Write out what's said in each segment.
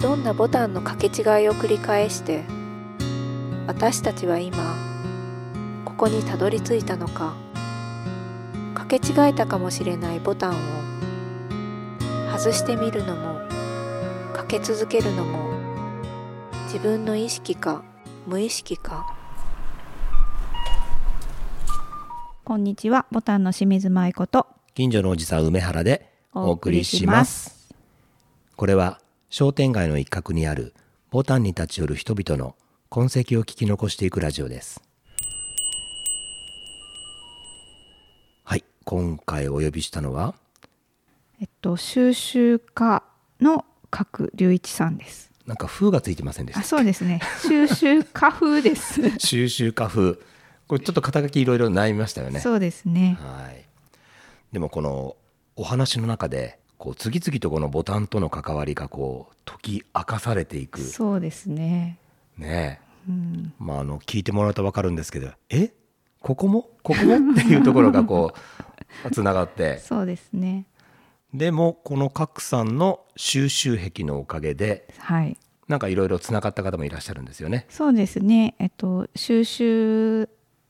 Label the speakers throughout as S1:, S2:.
S1: どんなボタンの掛け違いを繰り返して私たちは今ここにたどり着いたのか掛け違えたかもしれないボタンを外してみるのもかけ続けるのも自分の意識か無意識か
S2: こんにちは、ボタンの清水舞子と
S3: 近所のおじさん梅原でお送りします。
S2: す。
S3: これは商店街の一角にあるボタンに立ち寄る人々の痕跡を聞き残していくラジオです。はい、今回お呼びしたのは
S2: えっと収集家の角隆一さんです。
S3: なんか風がついてませんで
S2: あ、
S3: した。
S2: そうですね。収集家風 です。
S3: 収集家風。これちょっと肩書きいろいろ悩みましたよね。
S2: そうですね。
S3: はい。でもこのお話の中でこう次々とこのボタンとの関わりがこう解き明かされていく
S2: そうですね。
S3: ねえ。
S2: うん、
S3: まあ、あの聞いてもらうと分かるんですけどえここもここも っていうところがこ うつながって
S2: そうですね。
S3: でもこの賀来さんの収集癖のおかげで
S2: はい。
S3: なんかいろいろつながった方もいらっしゃるんですよね。
S2: そうですね。えっと収集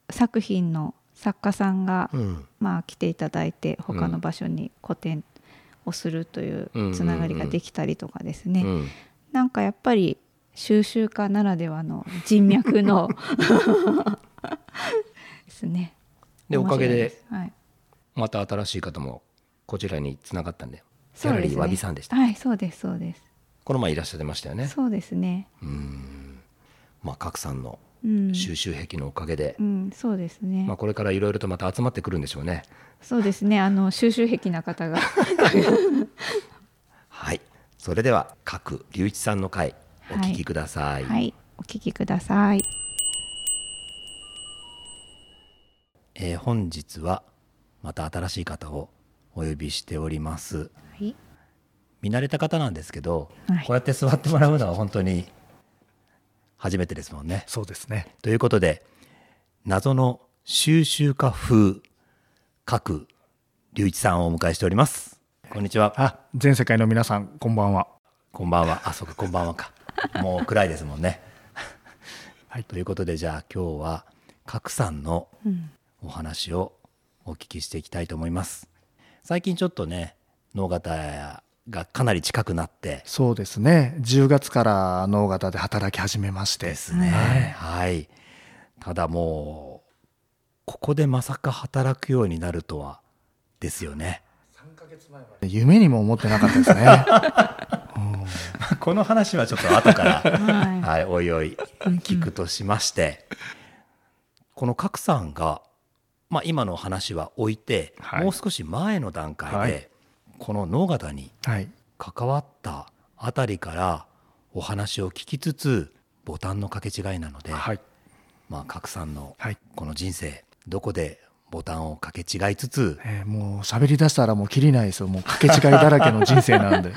S2: 作品の作家さんが、
S3: うん、
S2: まあ来ていただいて他の場所に個展をするというつながりができたりとかですね。
S3: うん
S2: なんかやっぱり収集家ならではの人脈のですね。
S3: でお
S2: 面白
S3: か
S2: い、
S3: げです
S2: はい、
S3: また新しい方もこちらにつながったんでギ
S2: そ
S3: ャ
S2: う
S3: ラ
S2: で
S3: リ
S2: す
S3: ー
S2: ね
S3: わびさんでした、
S2: はい、そうですそうです。
S3: この前いらっしゃってましたよね。
S2: そうですね。
S3: うんまあ賀来さんの
S2: うん、
S3: 収集癖のおかげで
S2: う、ん、そうですね。
S3: まあ、これからいろいろとまた集まってくるんでしょうね。
S2: そうですね。あの収集癖な方が
S3: はい、それでは各隆一さんの回お聞きください。
S2: はい、お聞きください。
S3: えー本日はまた新しい方をお呼びしております。
S2: はい、
S3: 見慣れた方なんですけど、
S2: はい
S3: こうやって座ってもらうのは本当に初めてですもんね。
S4: そうですね。
S3: ということで謎の収集家風各隆一さんをお迎えしております。こんにちは。
S4: あ、全世界の皆さん、こんばんは。
S3: こんばんは。あ、そうか、こんばんはか。もう暗いですもんね。
S4: はい
S3: ということで、じゃあ今日は、角さんの
S2: うん、
S3: お話をお聞きしていきたいと思います。最近ちょっとね、脳型がかなり近くなって
S4: そうですね。10月から脳型で働き始めまして。
S3: ですね。はい。ただもう、ここでまさか働くようになるとは、ですよね。
S4: 夢にも思ってなかったですね。
S3: この話はちょっと後から
S2: は
S3: はい、おいおい聞くとしまして、この角さんが、まあ、今の話は置いて、
S4: はい
S3: もう少し前の段階で、
S4: はい
S3: この能型に
S4: はい。
S3: 関わったあたりからお話を聞きつつボタンの掛け違いなので、
S4: はい。
S3: まあ、角さんの
S4: はい。
S3: この人生どこでボタンを掛け違いつつ
S4: えーもう喋り出したらもう切りないですよ。もう掛け違いだらけの人生 なんで。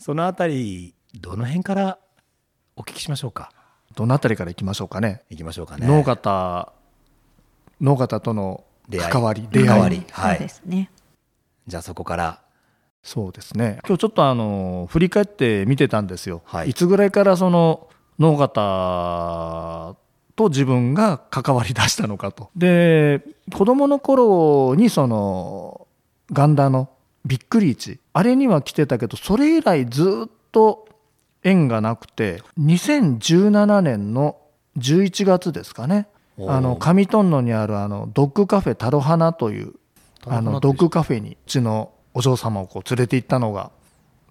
S3: そのあたりどの辺からお聞きしましょうか
S4: どのあたりから行きましょうかね。
S3: いきましょうかね。
S4: 脳型、脳型との
S3: 出会い
S4: 関わり、
S2: い、
S4: 出
S3: 関わ
S4: 会い。
S3: りはい
S2: そうですね。
S3: じゃあそこから
S4: そうですね。今日ちょっとあの、振り返って見てたんですよ。
S3: はい
S4: いつぐらいからその、脳型と自分が関わり出したのかと。で、子供の頃にその、ガンダのびっくり市。あれには来てたけど、それ以来ずっと縁がなくて、2017年の11月ですかね。
S3: おー
S4: あの、上トンノにあるあの、ドッグカフェタロハナという、あのドッグカフェにうちのお嬢様をこう連れて行ったのが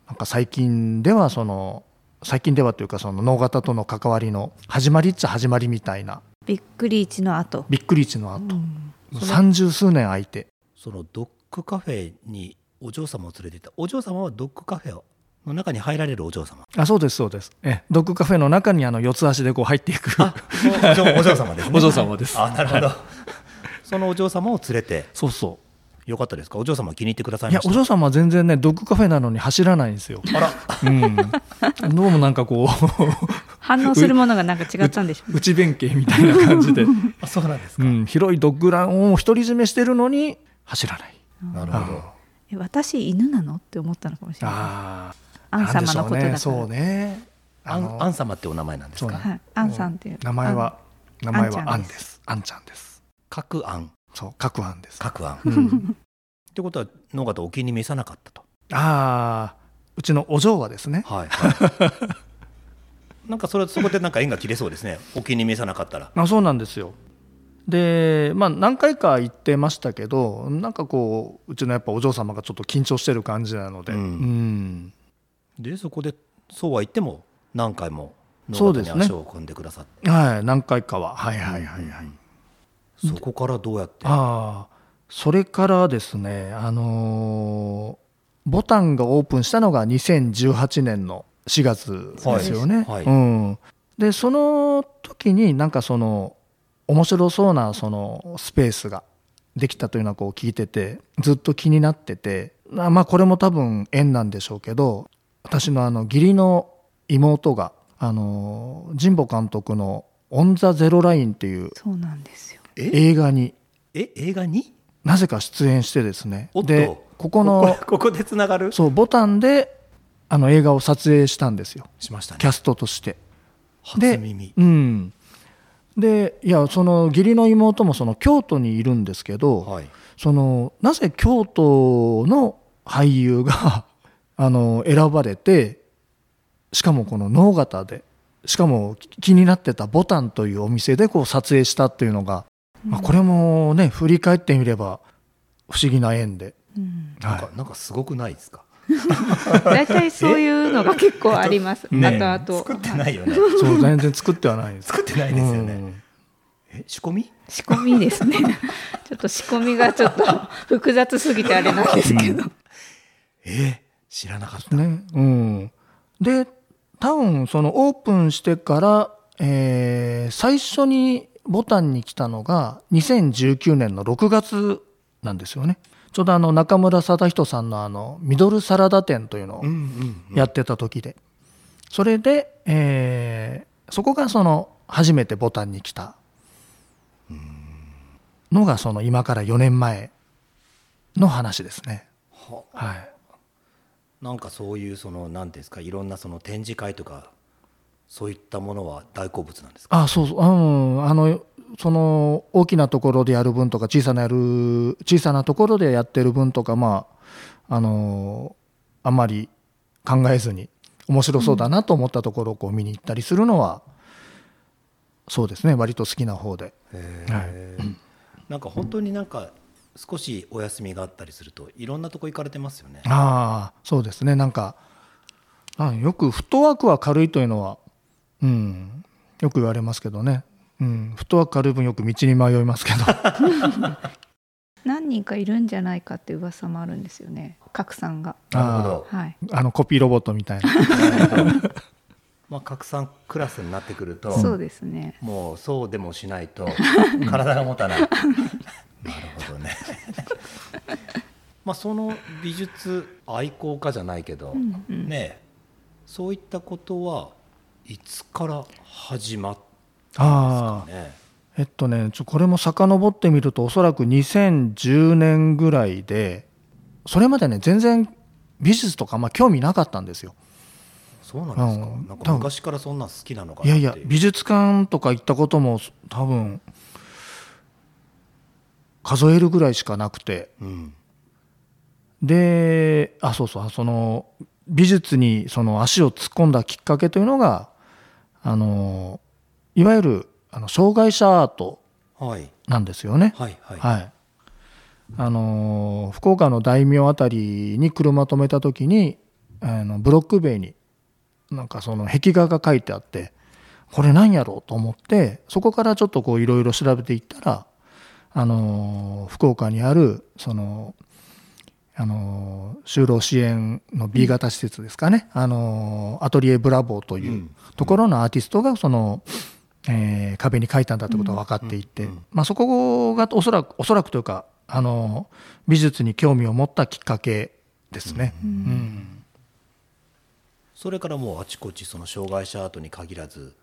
S4: なんか最近ではその最近ではというかその能型との関わりの始まりっちゃ始まりみたいな
S2: びっくり一の後。
S4: びっくり市の
S2: う
S4: 後
S2: ん、
S4: 三十数年空いて
S3: そのドッグカフェにお嬢様を連れて行ったお嬢様はドッグカフェの中に入られるお嬢様
S4: あそうですそうですえドッグカフェの中にあの四つ足でこう入っていく
S3: お嬢お嬢様です、ね、
S4: お嬢様です
S3: あなるほどそのお嬢様を連れて
S4: そうそ
S3: よかったですかお嬢様気に入ってくださ
S4: う
S3: い
S4: いや
S3: まし
S4: お
S3: た
S4: 嬢様は全然ねドッグカフェなのに走らないんですよ
S3: あら
S4: うん どうもなんかこ
S2: 反応するものがなんか違ったんでしょうね
S4: う内弁慶みたいな感じで、
S3: あそうなんです
S4: う
S3: か、
S4: ん、広いドッグランを独り占めしてるのに走らない
S3: なるほど
S2: え私犬なのって思ったのかもしれないあ
S4: ああ
S2: アン様のことだから、
S4: そうね。
S3: ア
S4: あの
S3: ンアン様ってお名前なんです
S4: そう
S3: か
S4: ね
S2: はい、アンさんっていう
S4: 名前は名前はア
S2: ア
S4: ン
S2: ン
S4: で
S2: ちゃんです
S4: す。アンちゃんです。
S3: 各案
S4: そう、各アンです。
S3: 各案
S4: うん
S3: ってことは野方お気に召さなかったと
S4: ああ、うちのお嬢はですね。
S3: はい、はい、なんかそれそこでなんか縁が切れそうですねお気に召さなかったら
S4: あ、そうなんですよ。で、まあ何回か行ってましたけど、なんかこううちのやっぱお嬢様がちょっと緊張してる感じなので、
S3: うん
S4: うん
S3: でそこでそうは言っても何回も野
S4: そ
S3: 方
S4: うです
S3: に
S4: ね
S3: 足を組んでくださって
S4: はい、何回かは、はいはいはいはい。
S3: そ,、こからどうやって
S4: ああ、それからですね、あのーボタンがオープンしたのが2018年の4月ですよね。
S3: はいはい
S4: うん。で、その時になんかその面白そうなそのスペースができたというのはこう聞いてて、ずっと気になってて、あまあこれも多分縁なんでしょうけど、私のあの義理の妹があのー神保監督のオンザゼロラインっていう
S2: そうなんですよ
S3: え
S4: 映画に
S3: え映画に
S4: なぜか出演してですね
S3: おっと
S4: でここの
S3: ここ ここでつながる
S4: そうボタンであの映画を撮影したんですよ
S3: しました
S4: キ
S3: ね
S4: ャストとして
S3: 初耳
S4: うんでいやその義理の妹もその京都にいるんですけど、
S3: はい
S4: そのなぜ京都の俳優が あの選ばれてしかもこの能形でしかもき気になってたボタンというお店でこう撮影したっていうのが、まあ、これもね振り返ってみれば不思議な縁で、
S2: うん
S3: なん
S4: は
S3: かなんかすごくないですか
S2: 大体そういうのが結構あります
S3: ね え
S2: あとあと
S3: 作ってないよね
S4: い、そう全然作ってはないで す
S3: 作ってない ですよ
S4: う
S3: ね
S4: ん
S3: え仕込み
S2: 仕込みですね ちょっと仕込みがちょっと複雑すぎてあれなんですけど、
S3: え知らなかった
S4: ねうん、で多分そのオープンしてから、えー最初にボタンに来たのが2019年の6月なんですよねちょうどあの中村貞人さんのあのミドルサラダ店というのを
S3: ん
S4: やってた時で、それで、えーそこがその初めてボタンに来たのがその今から4年前の話ですね。
S3: は
S4: はい
S3: なんかそういうその何ですかいろんなその展示会とかそういったものは大好物なんですか
S4: あそうそう、うん、あのその大きなところでやる分とか小さなやる小さなところでやってる分とかまああのあんまり考えずに面白そうだなと思ったところをこう見に行ったりするのは、そうですね割と好きな方で
S3: へーなんか本当になんか少しお休みがあったりするといろんなとこ行かれてますよね
S4: ああそうですねなんかあよくフットワークは軽いというのは、うん、よく言われますけどね、うん、フットワーク軽い分よく道に迷いますけど
S2: 何人かいるんじゃないかって噂もあるんですよね賀来さんが
S3: なるほど
S2: はい
S4: あのコピーロボットみたいな。
S3: まあ拡散クラスになってくると
S2: そうですね
S3: もうそうでもしな いと体が持たないなるほどね まあその美術愛好家じゃないけど、
S2: うんうん
S3: ねえそういったことはいつから始まった
S4: ああ、
S3: ね
S4: えっとね、ちょこれも遡ってみるとおそらく2010年ぐらいで、それまでね全然美術とかあんま興味なかったんですよ。
S3: そうなんですか、
S4: うん
S3: なん
S4: 多
S3: か
S4: 分
S3: 昔からそんな好きなのか
S4: い
S3: な
S4: や
S3: って
S4: い
S3: い
S4: や
S3: う
S4: 美術館とか行ったことも多分数えるぐらいしかなくて、
S3: うん、
S4: であそうそうその美術にその足を突っ込んだきっかけというのがあのいわゆるあの障害者アート
S3: はい
S4: なんですよね。
S3: はいはい
S4: はい、あのー福岡の大名あたりに車止めた時にあのブロック塀になんかその壁画が書いてあってこれなんやろうと思ってそこからちょっとこういろいろ調べていったら、あのー福岡にあるその、あのー就労支援の B 型施設ですかね、あのーアトリエブラボーといううんところのアーティストがその、えー壁に書いたんだってことが分かっていて、まあ、そこがおそらくおそらくというか、あのー美術に興味を持ったきっかけですね。うん
S3: それからもうあちこちその障害者アートに限らず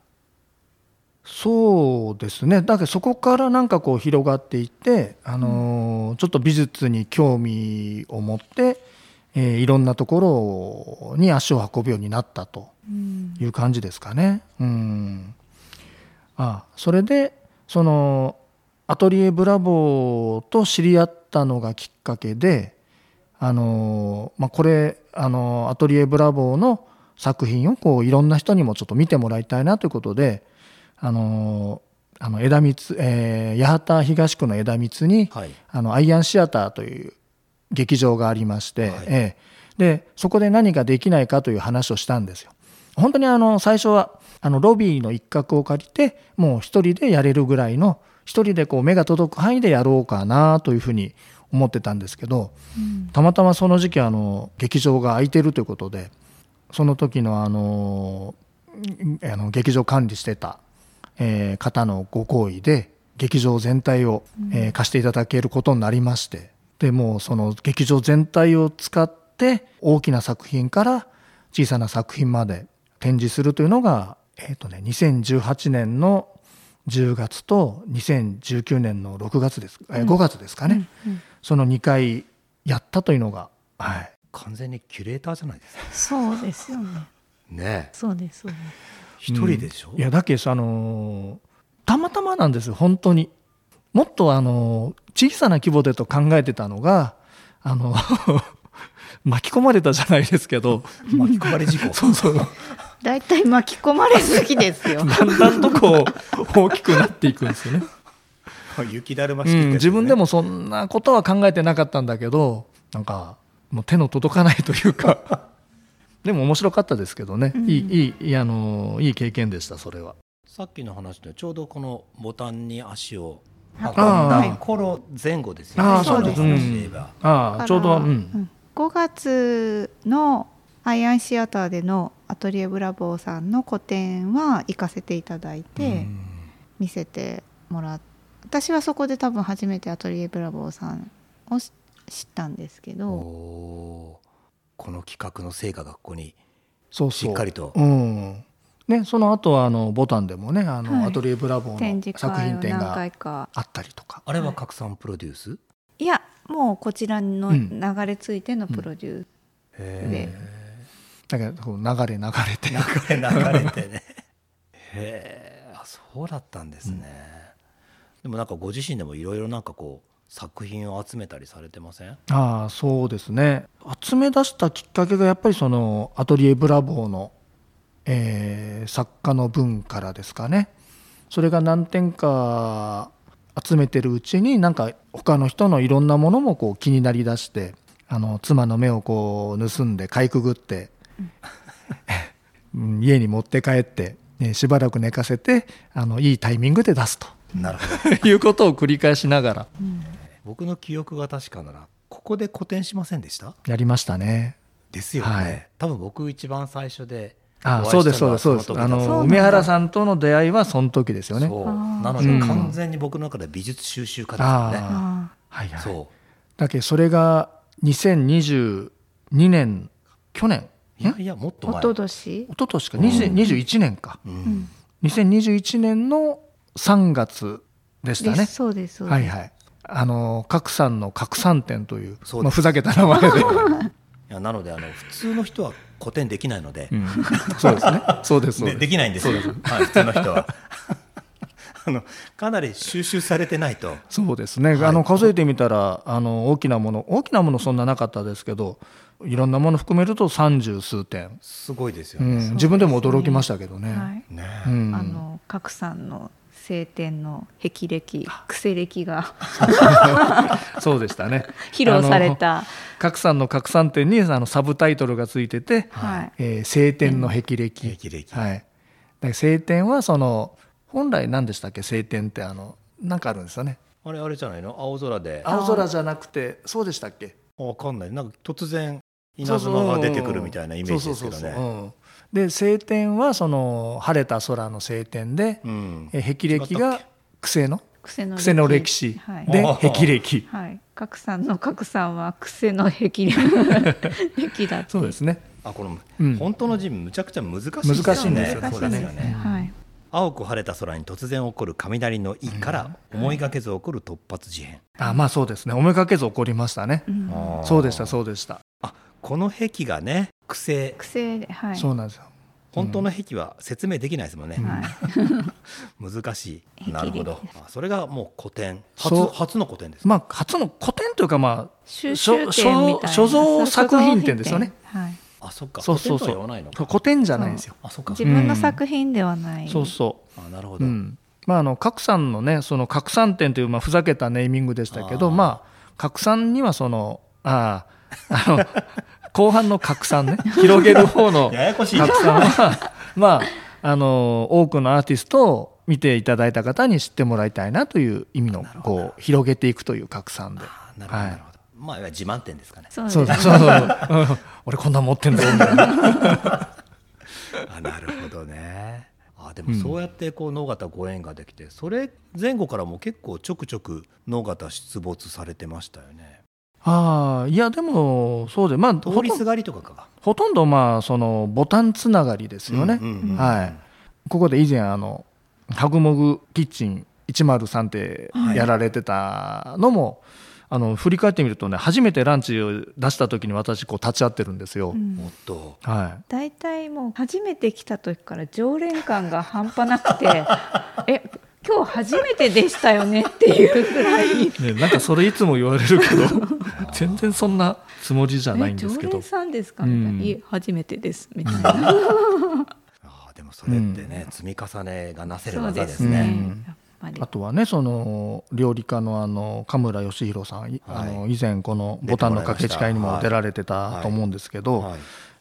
S4: そうですねだけどそこからなんかこう広がっていって、あのーちょっと美術に興味を持って、えーいろんなところに足を運ぶようになったと
S2: うん
S4: いう感じですかね。うん、あそれでそのアトリエブラボーと知り合ったのがきっかけであの、まあ、これあのアトリエブラボーの作品をこういろんな人にもちょっと見てもらいたいなということであのあの枝光、えー八幡東区の枝光に、
S3: はい
S4: あのアイアンシアターという劇場がありまして、
S3: はい
S4: ええでそこで何ができないかという話をしたんですよ。本当にあの最初はあのロビーの一角を借りてもう一人でやれるぐらいの一人でこう目が届く範囲でやろうかなというふうに思ってたんですけどたまたまその時期あの劇場が空いてるということでその時のあのうんあの劇場管理してた、えー方のご好意で劇場全体を、えー貸していただけることになりましてでもうその劇場全体を使って大きな作品から小さな作品まで展示するというのが、えーとね、2018年の10月と2019年の6月です、えー5月ですかね、その2回やったというのが、はい、
S3: 完全にキュレーターじゃないですか
S2: そうですよね
S3: ねえ
S2: そうですそうです
S3: 一人でしょ、
S4: いやだけどさあのーたまたまなんですよ本当にもっとあのー小さな規模でと考えてたのがあの 巻き込まれたじゃないですけど
S3: 巻き込まれ事故そうそう
S2: 大体巻き込まれすぎですよ
S4: だんだんとこう大きくなっていくんですよね
S3: 雪だるま
S4: う
S3: 式ってやつ
S4: ん
S3: ね
S4: 自分でもそんなことは考えてなかったんだけどなんかもう手の届かないというかでも面白かったですけどね、いいいいいいあのーいい経験でしたそれは。
S3: さっきの話でちょうどこのボタンに足を運ん
S4: あ
S3: だ頃前後ですよね
S4: あ
S2: ーそうです
S3: 今の話で言えば
S4: ああちょうど、
S2: だ
S4: う
S2: から
S4: ん、
S2: 5月のアイアンシアターでのアトリエブラボーさんの個展は行かせていただいて見せてもらっ私はそこで多分初めてアトリエブラボーさんをし知ったんですけど
S3: おーこの企画の成果がここに
S4: そうそ
S3: し
S4: う
S3: っかりと
S4: うんね、その後はあのボタンでもねあの、
S2: はい
S4: アトリエブラボ
S2: 展
S4: ー
S2: 示
S4: の作
S2: 会
S4: 品
S2: を
S4: 展
S2: 何
S4: が
S2: 回か
S4: あったりとか
S3: あれは拡散プロデュース、
S2: いやもうこちらの
S4: うん
S2: 流れついてのプロデュースで、
S4: だけどこう流れ流れて
S3: 流れ流れてねへえあそうだったんですね、でもなんかご自身でもいろいろなんかこう作品を集めたりされてません
S4: ああそうですね集め出したきっかけがやっぱりそのアトリエブラボーの、えー作家の文からですかねそれが何点か集めてるうちになんか他の人のいろんなものもこう気になりだしてあの妻の目をこう盗んでかいくぐって、うん 家に持って帰って、ね、しばらく寝かせてあのいいタイミングで出すと
S3: なるほど
S4: いうことを繰り返しながら
S3: 僕の記憶が確かならここで個展しませんでした
S4: やりましたね。
S3: ですよね、
S4: はい
S3: 多分僕一番最初で
S4: あ
S3: お会い
S4: そうです
S3: した
S4: そう
S3: の
S4: で
S3: は
S4: す
S3: そ
S4: そうです
S3: の時
S4: あ
S3: だ
S2: そうなん
S4: の
S2: だ
S4: 梅原さんとの出会いはその時ですよね
S3: そう
S2: あー
S3: なの
S4: う
S3: で
S4: ん
S3: 完全に僕の中で美術収集家ですよね、
S2: ああ
S4: はいはい
S3: そ
S4: だけどそれが2022年去年
S3: ういやいやもっと
S2: お
S3: 前
S2: ととし
S4: 一昨年か
S3: うん
S4: 20 21年か
S3: うん、
S4: 2021年の3月でした
S2: で
S4: ね
S2: すそうですそうです、
S4: はいはいあの角さんの角三点という
S3: そうです
S4: まあ、ふざけた名前で、
S3: いやなのであの普通の人は個展できないので、
S4: うんそうですねそうですそう
S3: で
S4: です
S3: できないんですよ、はい、普通の人は あのかなり収集されてないと
S4: そうですね、
S3: はい
S4: あの数えてみたらあの大きなもの大きなものそんななかったですけどいろんなもの含めると三十数点、
S3: すごいですよ
S4: うん
S3: ね、
S4: 自分でも驚きましたけどね。
S2: はい
S3: ね
S4: う
S3: え
S4: ん
S2: あの角さんの晴天の霹靂癖歴が
S4: そうでしたね
S2: 披露された
S4: 拡散の拡散点にあのサブタイトルがついてて
S2: はい
S4: 「えー晴天の霹靂」
S3: 霹靂
S4: はい、だから晴天はその本来何でしたっけ晴天ってあのなんかあるんですよね
S3: あれあれじゃないの青空で
S4: 青空じゃなくてそうでしたっけ
S3: わかんないなんか突然稲妻が出てくるみたいなイメージですけど
S4: そうそうそうそう
S3: ね
S4: うんで晴天はその晴れた空の晴天で、
S3: うん
S4: えー霹靂
S3: 違った
S4: が
S3: っ
S4: 癖の
S2: 癖の
S4: 癖の歴史
S2: はい
S4: で
S3: あー
S4: 霹靂
S2: はい角さんの角さんは癖の霹靂歴だ
S4: そうですね
S3: あこの、
S4: うん
S3: 本当の字むちゃくちゃ難しい
S4: 難しいんですよ
S3: そう
S4: 難しいん
S3: です
S4: で
S3: よ
S4: す
S3: ね
S2: はい
S3: 青く晴れた空に突然起こる雷の「い」から思いがけず起こる突発事変、
S4: あまあそうですね思いかけず起こりましたね、
S2: うん
S3: あー
S4: そうでしたそうでした
S3: あこの壁がね癖
S2: 癖ではい
S4: そうなんですよ
S3: 本当の壁は説明できないですもんね、
S2: はい、
S3: 難し
S2: 壁
S3: いなるほどまあそれがもう古典
S4: そ
S3: 初
S4: う
S3: 初の古典です
S4: まあ初の古典というかま
S2: 収集展みたいな
S4: 所所蔵作品展ですよね
S2: はい、
S3: あそっか
S4: そうそうそ
S3: 古典
S4: う
S3: とは言わないの
S4: あ
S3: か
S4: 古典じゃないんですよ
S3: あそっか
S2: 自分の作品ではない、
S4: そうそ
S3: あなるほ
S4: う、
S3: ど、
S4: うん、まああの拡散のねその拡散点というまあふざけたネーミングでしたけど
S3: あー
S4: まあ拡散にはそのあああの 後半の拡散ね広げる方の
S3: ややこしいな
S4: 拡散はまああの多くのアーティストを見ていただいた方に知ってもらいたいなという意味のこう広げていくという拡散で。
S3: あなるほど
S4: はい
S3: なるほど、まあいわゆる自慢点ですかね
S2: そう
S4: そう
S2: で
S4: そう
S2: す
S4: そうそう、 うん俺こんなん持ってんだみたいな
S3: あなるほどね。あでもそうやってこう能形ご縁ができて、それ前後からも結構ちょくちょく能形出没されてましたよね。
S4: ああいやでもそうでまあ
S3: 通
S4: ほ
S3: り
S4: と
S3: す
S4: ん
S3: がりとかか。
S4: ほとんどまあそのボタンつながりですよね、
S3: うんうんうん
S4: はいここで以前あのハグモグキッチン103って
S3: はい
S4: やられてたのも、あの振り返ってみるとね初めてランチを出した時に私こう立ち会ってるんですよ、
S2: うん
S3: おっと。
S4: はい
S2: 大体もう初めて来た時から常連感が半端なくてえ今日初めてでしたよねっていうくらい
S4: ね、なんかそれいつも言われる けど全然そんなつもりじゃないんですけ
S2: え常
S4: ど
S2: 連さんですかみたいな、
S4: うん
S2: いえ初めてですみたい な
S3: あでもそれってね、積み重ねがなせる
S2: そう
S3: 技
S2: で
S3: ですす
S2: ね、
S3: ね。
S4: うん
S2: やっぱり
S4: あとはねその料理家のあの神村義弘さん、いあの以前この「ボタンの掛け違い」にも
S3: 出
S4: 出
S3: てもら
S4: られて
S3: は
S4: た
S3: い
S4: と思うんですけど、
S3: はい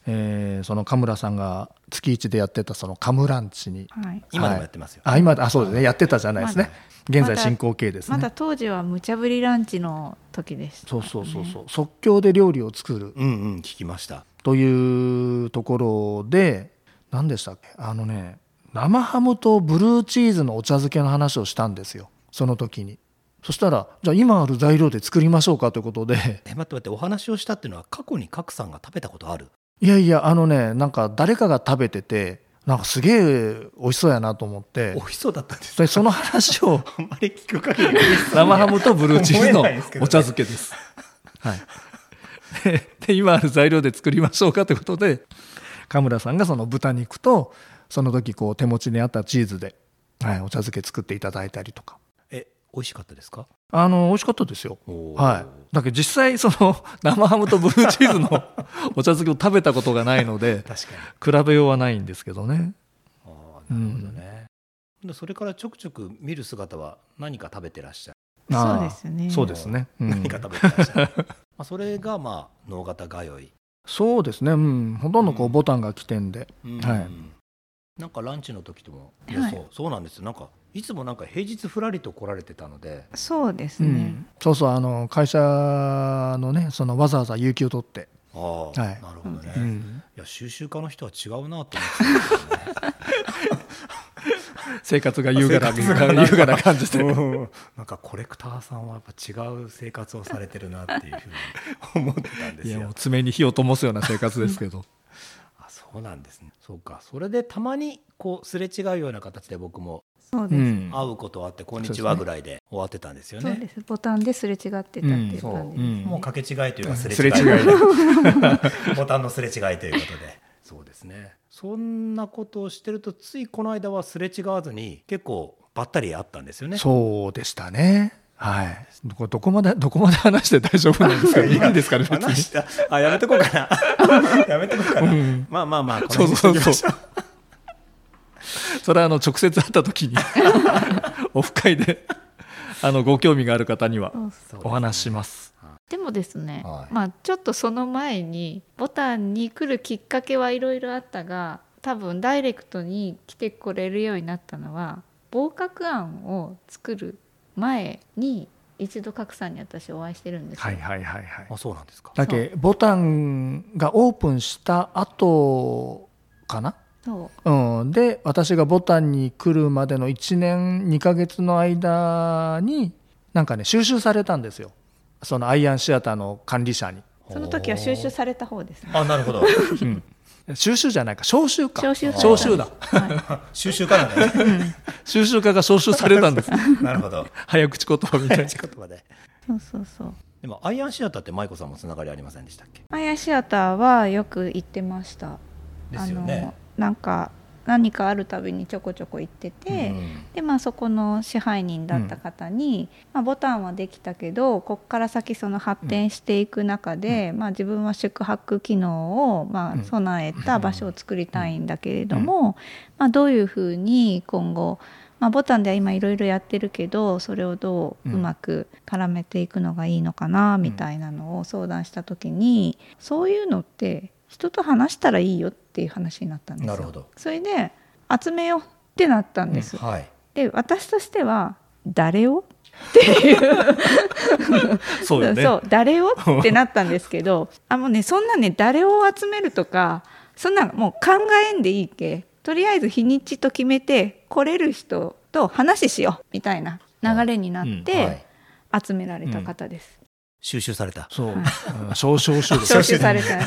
S4: えーその神村さんが月一でやってたその「カムランチに」
S2: はい
S3: 今でもやってますよ。
S4: あ今あそうですねやってたじゃないですね、現在進行形ですね、
S2: まだ当時は無茶ぶりランチの時でした、
S4: そうそうそうそう即興で料理を作る
S3: うんうん聞きました。
S4: というところで何でしたっけあのね生ハムとブルーチーズのお茶漬けの話をしたんですよその時にそしたらじゃあ今ある材料で作りましょうかということで
S3: え待って待ってお話をしたっていうのは過去に角さんが食べたことある。
S4: いやいやあのねなんか誰かが食べててなんかすげえ美味しそうやなと思って
S3: 美味しそうだったんです。
S4: でその話を
S3: あんまり聞く限り
S4: 生ハムとブルーチーズ
S3: 思
S4: の
S3: えないですけどね
S4: お茶漬けです。はい、 でで今ある材料で作りましょうかということで神村さんがその豚肉とその時こう手持ちにあったチーズで、はい、お茶漬け作っていただいたりとか
S3: え美味しかったですか。
S4: あの美味しかったですよ。
S3: おー
S4: はい、だけど実際その生ハムとブルーチーズの お茶漬けを食べたことがないので
S3: 確かに。
S4: 比べようはないんですけどね。
S3: ああなるほどね、でそれからちょくちょく見る姿は何か食べてらっしゃる、
S2: そう
S4: あー
S2: ですね
S4: そうですね、うん
S3: 何か食べてらっしゃる まあそれがまあ能型通い、
S4: そうですね、うん、ほとんどこ
S3: う
S4: うんボタンが起点で、
S3: うん
S4: はい
S3: なんかランチの時とも、
S2: はい
S3: いやそうそうなんですよなんかいつもなんか平日ふらりと来られてたので
S2: そうです
S4: う
S2: ね、
S4: ん、そうそうあの会社のねそのわざわざ有給取って、
S3: ああ、
S4: い
S3: なるほどね、
S4: う
S3: い
S4: ん、
S3: や収集家の人は違うなと思ってたんです
S4: 生活が優雅な
S3: 生活がなんか
S4: 優雅な感じ
S3: け
S4: で
S3: どねうんなんかコレクターさんはやっぱ違う生活をされてるなっていうふうに思ってたんです
S4: いや
S3: よ
S4: もう爪に火を灯すような生活ですけど
S3: あそうなんですねそうかそれでたまにこうすれ違うような形で僕も
S2: そう
S4: う
S2: です、
S4: ん
S3: 会うことはあって「こんにち
S4: そうです
S3: は」
S4: ね
S3: ぐらいで終わってたんですよ
S2: そう
S3: ね
S2: で。すボタンですれ違ってたっていう
S3: そう
S2: 感じですね、
S4: うん
S3: もうかけ違いというかすれ
S4: すれ
S3: 違い
S4: 違いで
S3: ボタンのすれ違いということでそうですねそんなことをしてるとついこの間はすれ違わずに結構ばったり会ったんですよね。
S4: そうでしたねはいこれどこまでどこまで話して大丈夫なんですか いいんですかね別
S3: 話
S4: に
S3: したあやめとこうか なやめとこうかな、
S4: うん
S3: まあまあまあ
S4: そうそうそう
S3: う
S4: それはあの直接会った時に オフ会で あのご興味がある方には
S2: そう
S4: お話しします
S2: でもですね、
S3: はい
S2: まあちょっとその前にボタンに来るきっかけはいろいろあったが多分ダイレクトに来てこれるようになったのは合格案を作る前に一度角さんに私お会いしてるんですよ、
S4: はいはいはいはい
S3: あそうなんですか
S4: だけボタンがオープンした後かな
S2: そう
S4: うん、で私がボタンに来るまでの1年2ヶ月の間になんかね収集されたんですよそのアイアンシアターの管理者に、
S2: その時は収集された方ですね
S3: あなるほど
S4: 収集じゃないか招集か
S2: 招集された
S4: 招集だ
S2: は
S3: 収集からね
S4: 収集家が招集されたんです
S3: なるほど
S4: 早口言葉みたい
S3: 早
S4: な
S3: 口言葉で
S2: い、そうそうそう
S3: でもアイアンシアターって舞子さんもつながりありませんでしたっけ
S2: アイアンシアターはよく行ってました
S3: ですよね。
S2: あのなんか何かあるたびにちょこちょこ行ってて、
S3: うん
S2: でまあそこの支配人だった方に、まあ、ボタンはできたけどこっから先その発展していく中で、まあ、自分は宿泊機能をま
S4: う
S2: あ
S4: ん
S2: 備えた場所を作りたいんだけれども、まあ、どういうふうに今後、まあ、ボタンでは今いろいろやってるけどそれをどううまく絡めていくのがいいのかなみたいなのを相談した時にそういうのって人と話したらいいよっていう話になったんですよ。
S3: なるほど
S2: それで集めようってなったんです。
S3: はい、
S2: で私としては誰を
S3: そうよね。
S2: そう誰をってなったんですけどあもうねそんなね誰を集めるとかそんなのもう考えんでいいけとりあえず日にちと決めて来れる人と話ししようみたいな流れになって、
S3: はい
S2: 集められた方です。
S3: 収集された。
S4: そう、
S2: はい
S4: うん少々収 録
S2: 招集された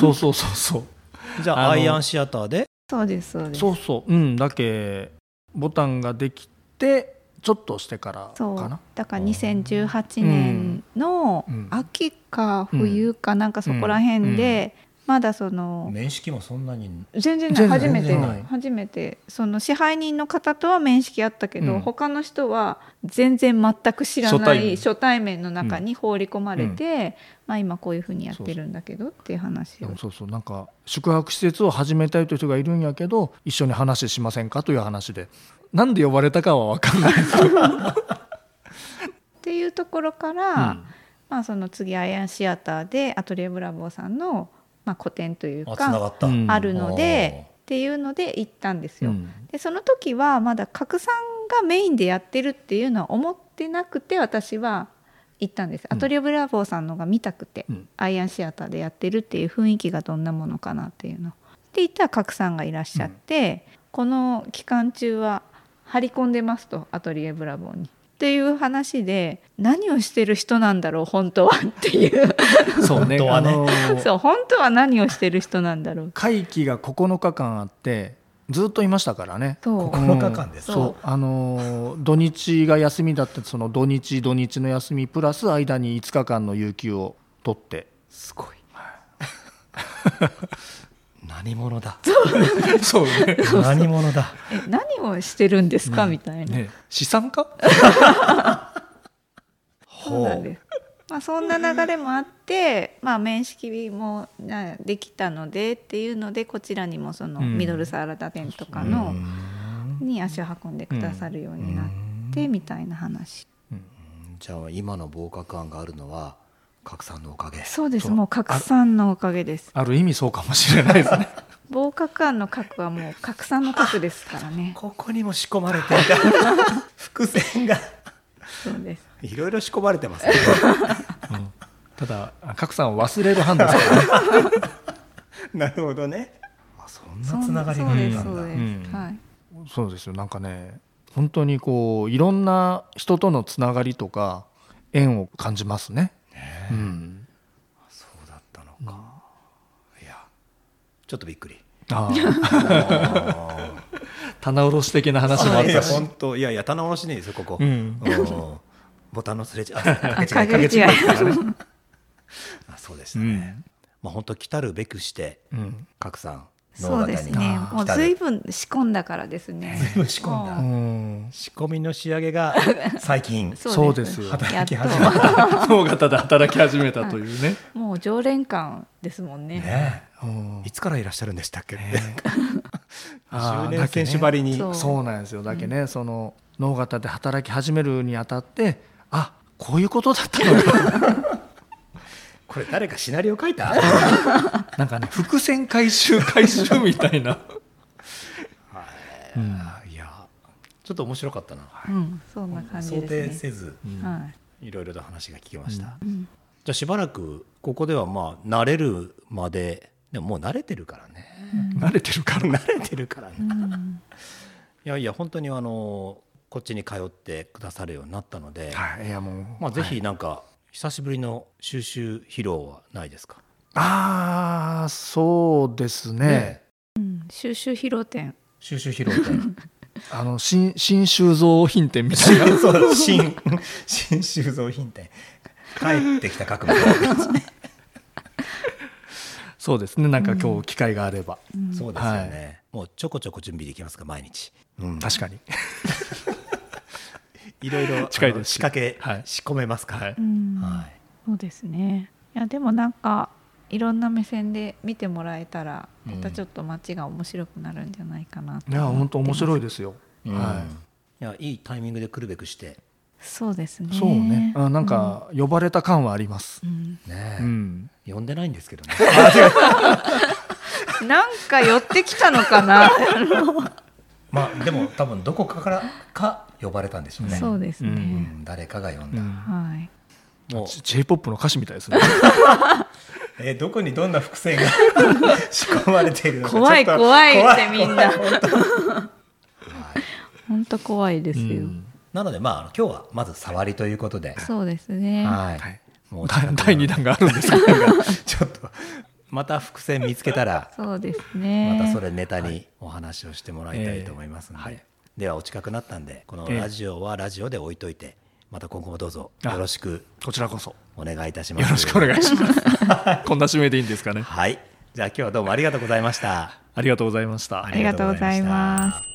S4: そうそうそうそう
S3: じゃあ
S4: あの
S3: アイアンシアターで、
S2: そうですそうです。
S4: そうそううんだけボタンができてちょっとしてから
S2: そう
S4: かな
S2: だから2018年の
S4: うん
S2: 秋か冬かなんかそこら辺で、まだその
S3: 面識もそんなに
S2: 全然ない
S4: 全然
S2: 初めて
S3: 全然ない
S2: 初めてその支配人の方とは面識あったけど、
S4: うん
S2: 他の人は全然全く知らない初
S4: 初
S2: 対
S4: 対
S2: 面
S4: 面
S2: の中に放り込まれて、まあ、今こういうふうにやってるんだけどっていう話
S4: で
S2: を
S4: もそうそうなんか宿泊施設を始めたいという人がいるんやけど一緒に話しませんかという話でなんで呼ばれたかは分かんない、
S2: っていうところから、まあ、その次アイアンシアターでアトリエブラボーさんの、まあ、個展という
S3: あ繋が
S2: か
S3: った。
S4: うん
S2: あるのでっていうので行ったんです
S4: う
S2: よ。
S4: ん
S2: でその時はまだ拡散がメインでやってるっていうのは思ってなくて私は行ったんです、
S4: うん
S2: アトリエブラボーさんのが見たくて、
S4: うん
S2: アイアンシアターでやってるっていう雰囲気がどんなものかなっていうの。で行ったら拡散がいらっしゃって、この期間中は張り込んでますとアトリエブラボーに。っていう話で何をしてる人なんだろう本当はっていう
S4: そうね
S3: 本当はね
S4: あのー
S2: そう本当は何をしてる人なんだろう
S4: 会期が9日間あってずっといましたからね
S2: そう
S3: 9日間です
S4: そ
S3: か
S4: う
S2: そう
S4: あのー土日が休みだってその土日土日の休みプラス間に5日間の有給を取って
S3: すごい。何者だ。
S4: そうね
S3: 何者だ。
S2: え何をしてるんですか、みたいな、
S4: ね資産家
S2: そうなんです。まあそんな流れもあって、まあ面識もなできたのでっていうのでこちらにもその
S4: うん
S2: ミドルサーラダ店とか
S3: ほうう
S2: の
S3: ん
S2: に足を運んでくださるようになってみたいな話。
S3: じゃあ今の合格案があるのは拡散のおかげ。
S2: そうです。
S4: そう
S2: もう拡散のおかげです。
S4: ある意味そうかもしれないで すね
S2: 防火感の核はもう拡散の核ですからね。
S3: ここにも仕込まれていた 伏線が
S2: そうです。
S3: いろいろ仕込まれてますね。
S4: ただ格さんを忘れる判断ですからね
S3: なるほどね。あそん
S2: そ
S3: なんつながりが
S2: そう
S3: ある
S2: で
S3: ん
S2: すそうです。
S3: だ。
S4: うん
S2: はい。
S4: そうですよなんかね本当にこういろんな人とのつながりとか縁を感じますね。うん、
S3: そうだったのか。いや、ちょっとびっくり。
S4: あー棚卸し的な話もあっ
S3: い
S4: た
S3: や
S4: し。
S3: 本当いやいや棚卸しねえですよここ。
S4: うん
S3: うんボタンのすれ違い。あ
S2: あ、影違い。
S3: あそうでしたね。まあ本当来たるべくして
S4: うん
S3: 拡散の
S2: そうですね。もう随分仕込んだからです ね。
S3: 分仕込んだ
S4: う、
S2: もうん
S3: 仕込みの仕上げが最近
S4: そうですよ。
S3: 働き
S2: やっと
S3: 始めた
S4: 脳型で働き始めたというね。
S2: もう常連感ですもんね。
S3: ね
S4: うん
S3: え。いつからいらっしゃるんでしたっけって。
S4: あ
S3: 10
S4: ー
S3: 年選手ばりに
S2: そ。う
S4: そうなんですよだけね、その脳型で働き始めるにあたってあこういうことだったのか
S3: これ誰かシナリオ書いた
S4: なんかね伏線回収回収みたいな、うん
S3: いや、ちょっと面白かったな。
S2: うん、そんな感
S3: 想
S2: じ
S3: 定
S2: ですね。
S3: せず、
S2: はい。
S3: いろいろと話が聞きました。
S2: ん
S3: じゃあしばらくここではまあ慣れるまで、でももう慣れてるからね。
S4: 慣れてるから
S3: 慣れてるからね。
S2: うん
S3: いやいや本当にあのこっちに通ってくださるようになったので、
S4: はい、いやもう、
S3: まあぜ
S4: はい
S3: ひなんか久しぶりの収集披露はないですか。
S4: ああそうですね
S2: うん収集披露展。
S3: 収集披露 展。
S4: あの新新酒造品店みたいな
S3: そう新新収蔵品店。帰ってきた 革命ですね
S4: そうですねなんか今日機会があれば、
S3: そうですよね、もうちょこちょこ準備できますか毎日、うん、
S4: 確かに
S3: いろいろ
S4: 近い
S3: あの
S4: です
S3: 仕掛け、
S4: はい
S3: 仕込めますから、はい、
S2: うんそうですねいやでもなんかいろんな目線で見てもらえたらまたちょっと街が面白くなるんじゃないかなと、
S4: いや本当面白いですよ、はい
S3: やいいタイミングで来るべくして
S2: そうですね
S4: いそうねあなん、か呼ばれた感はあります
S2: う、ん
S3: ねえ、
S4: うん、
S3: 呼んでないんですけどね
S2: うんなんか寄ってきたのか な
S3: まあでも多分どこかからか呼ばれたんでしょうね
S2: そうですね、
S4: う
S3: うんん誰かが呼ん
S4: う
S3: だ、
S4: ん
S2: はい
S3: もう
S4: j p o p の歌詞みたいですね
S3: えーどこにどんな伏線が 仕込まれているのか
S2: 怖い
S3: ちょっと
S2: 怖いっ
S3: 怖
S2: てみんな
S3: 怖い本当はい
S2: 本当怖いですよ、
S4: うん
S3: なのでまああの今日はまず触りということで
S2: そうですね
S3: はい、
S4: はい
S3: もう
S4: だ第2弾があるんですけど
S3: ちょっとまた伏線見つけたら
S2: そうですね
S3: またそれネタにお話をしてもらいたいと思いますので、
S4: はい
S3: ではお近くなったんでこの
S4: ええ
S3: ラジオはラジオで置いといてまた今後もどうぞよろしく
S4: こちらこそよ
S3: お願いいたします
S4: ろしくお願いしますこんな締めでいいんですかね
S3: はいじゃあ今日はどうもありがとうございました
S4: ありがとうございました
S2: りがとうございます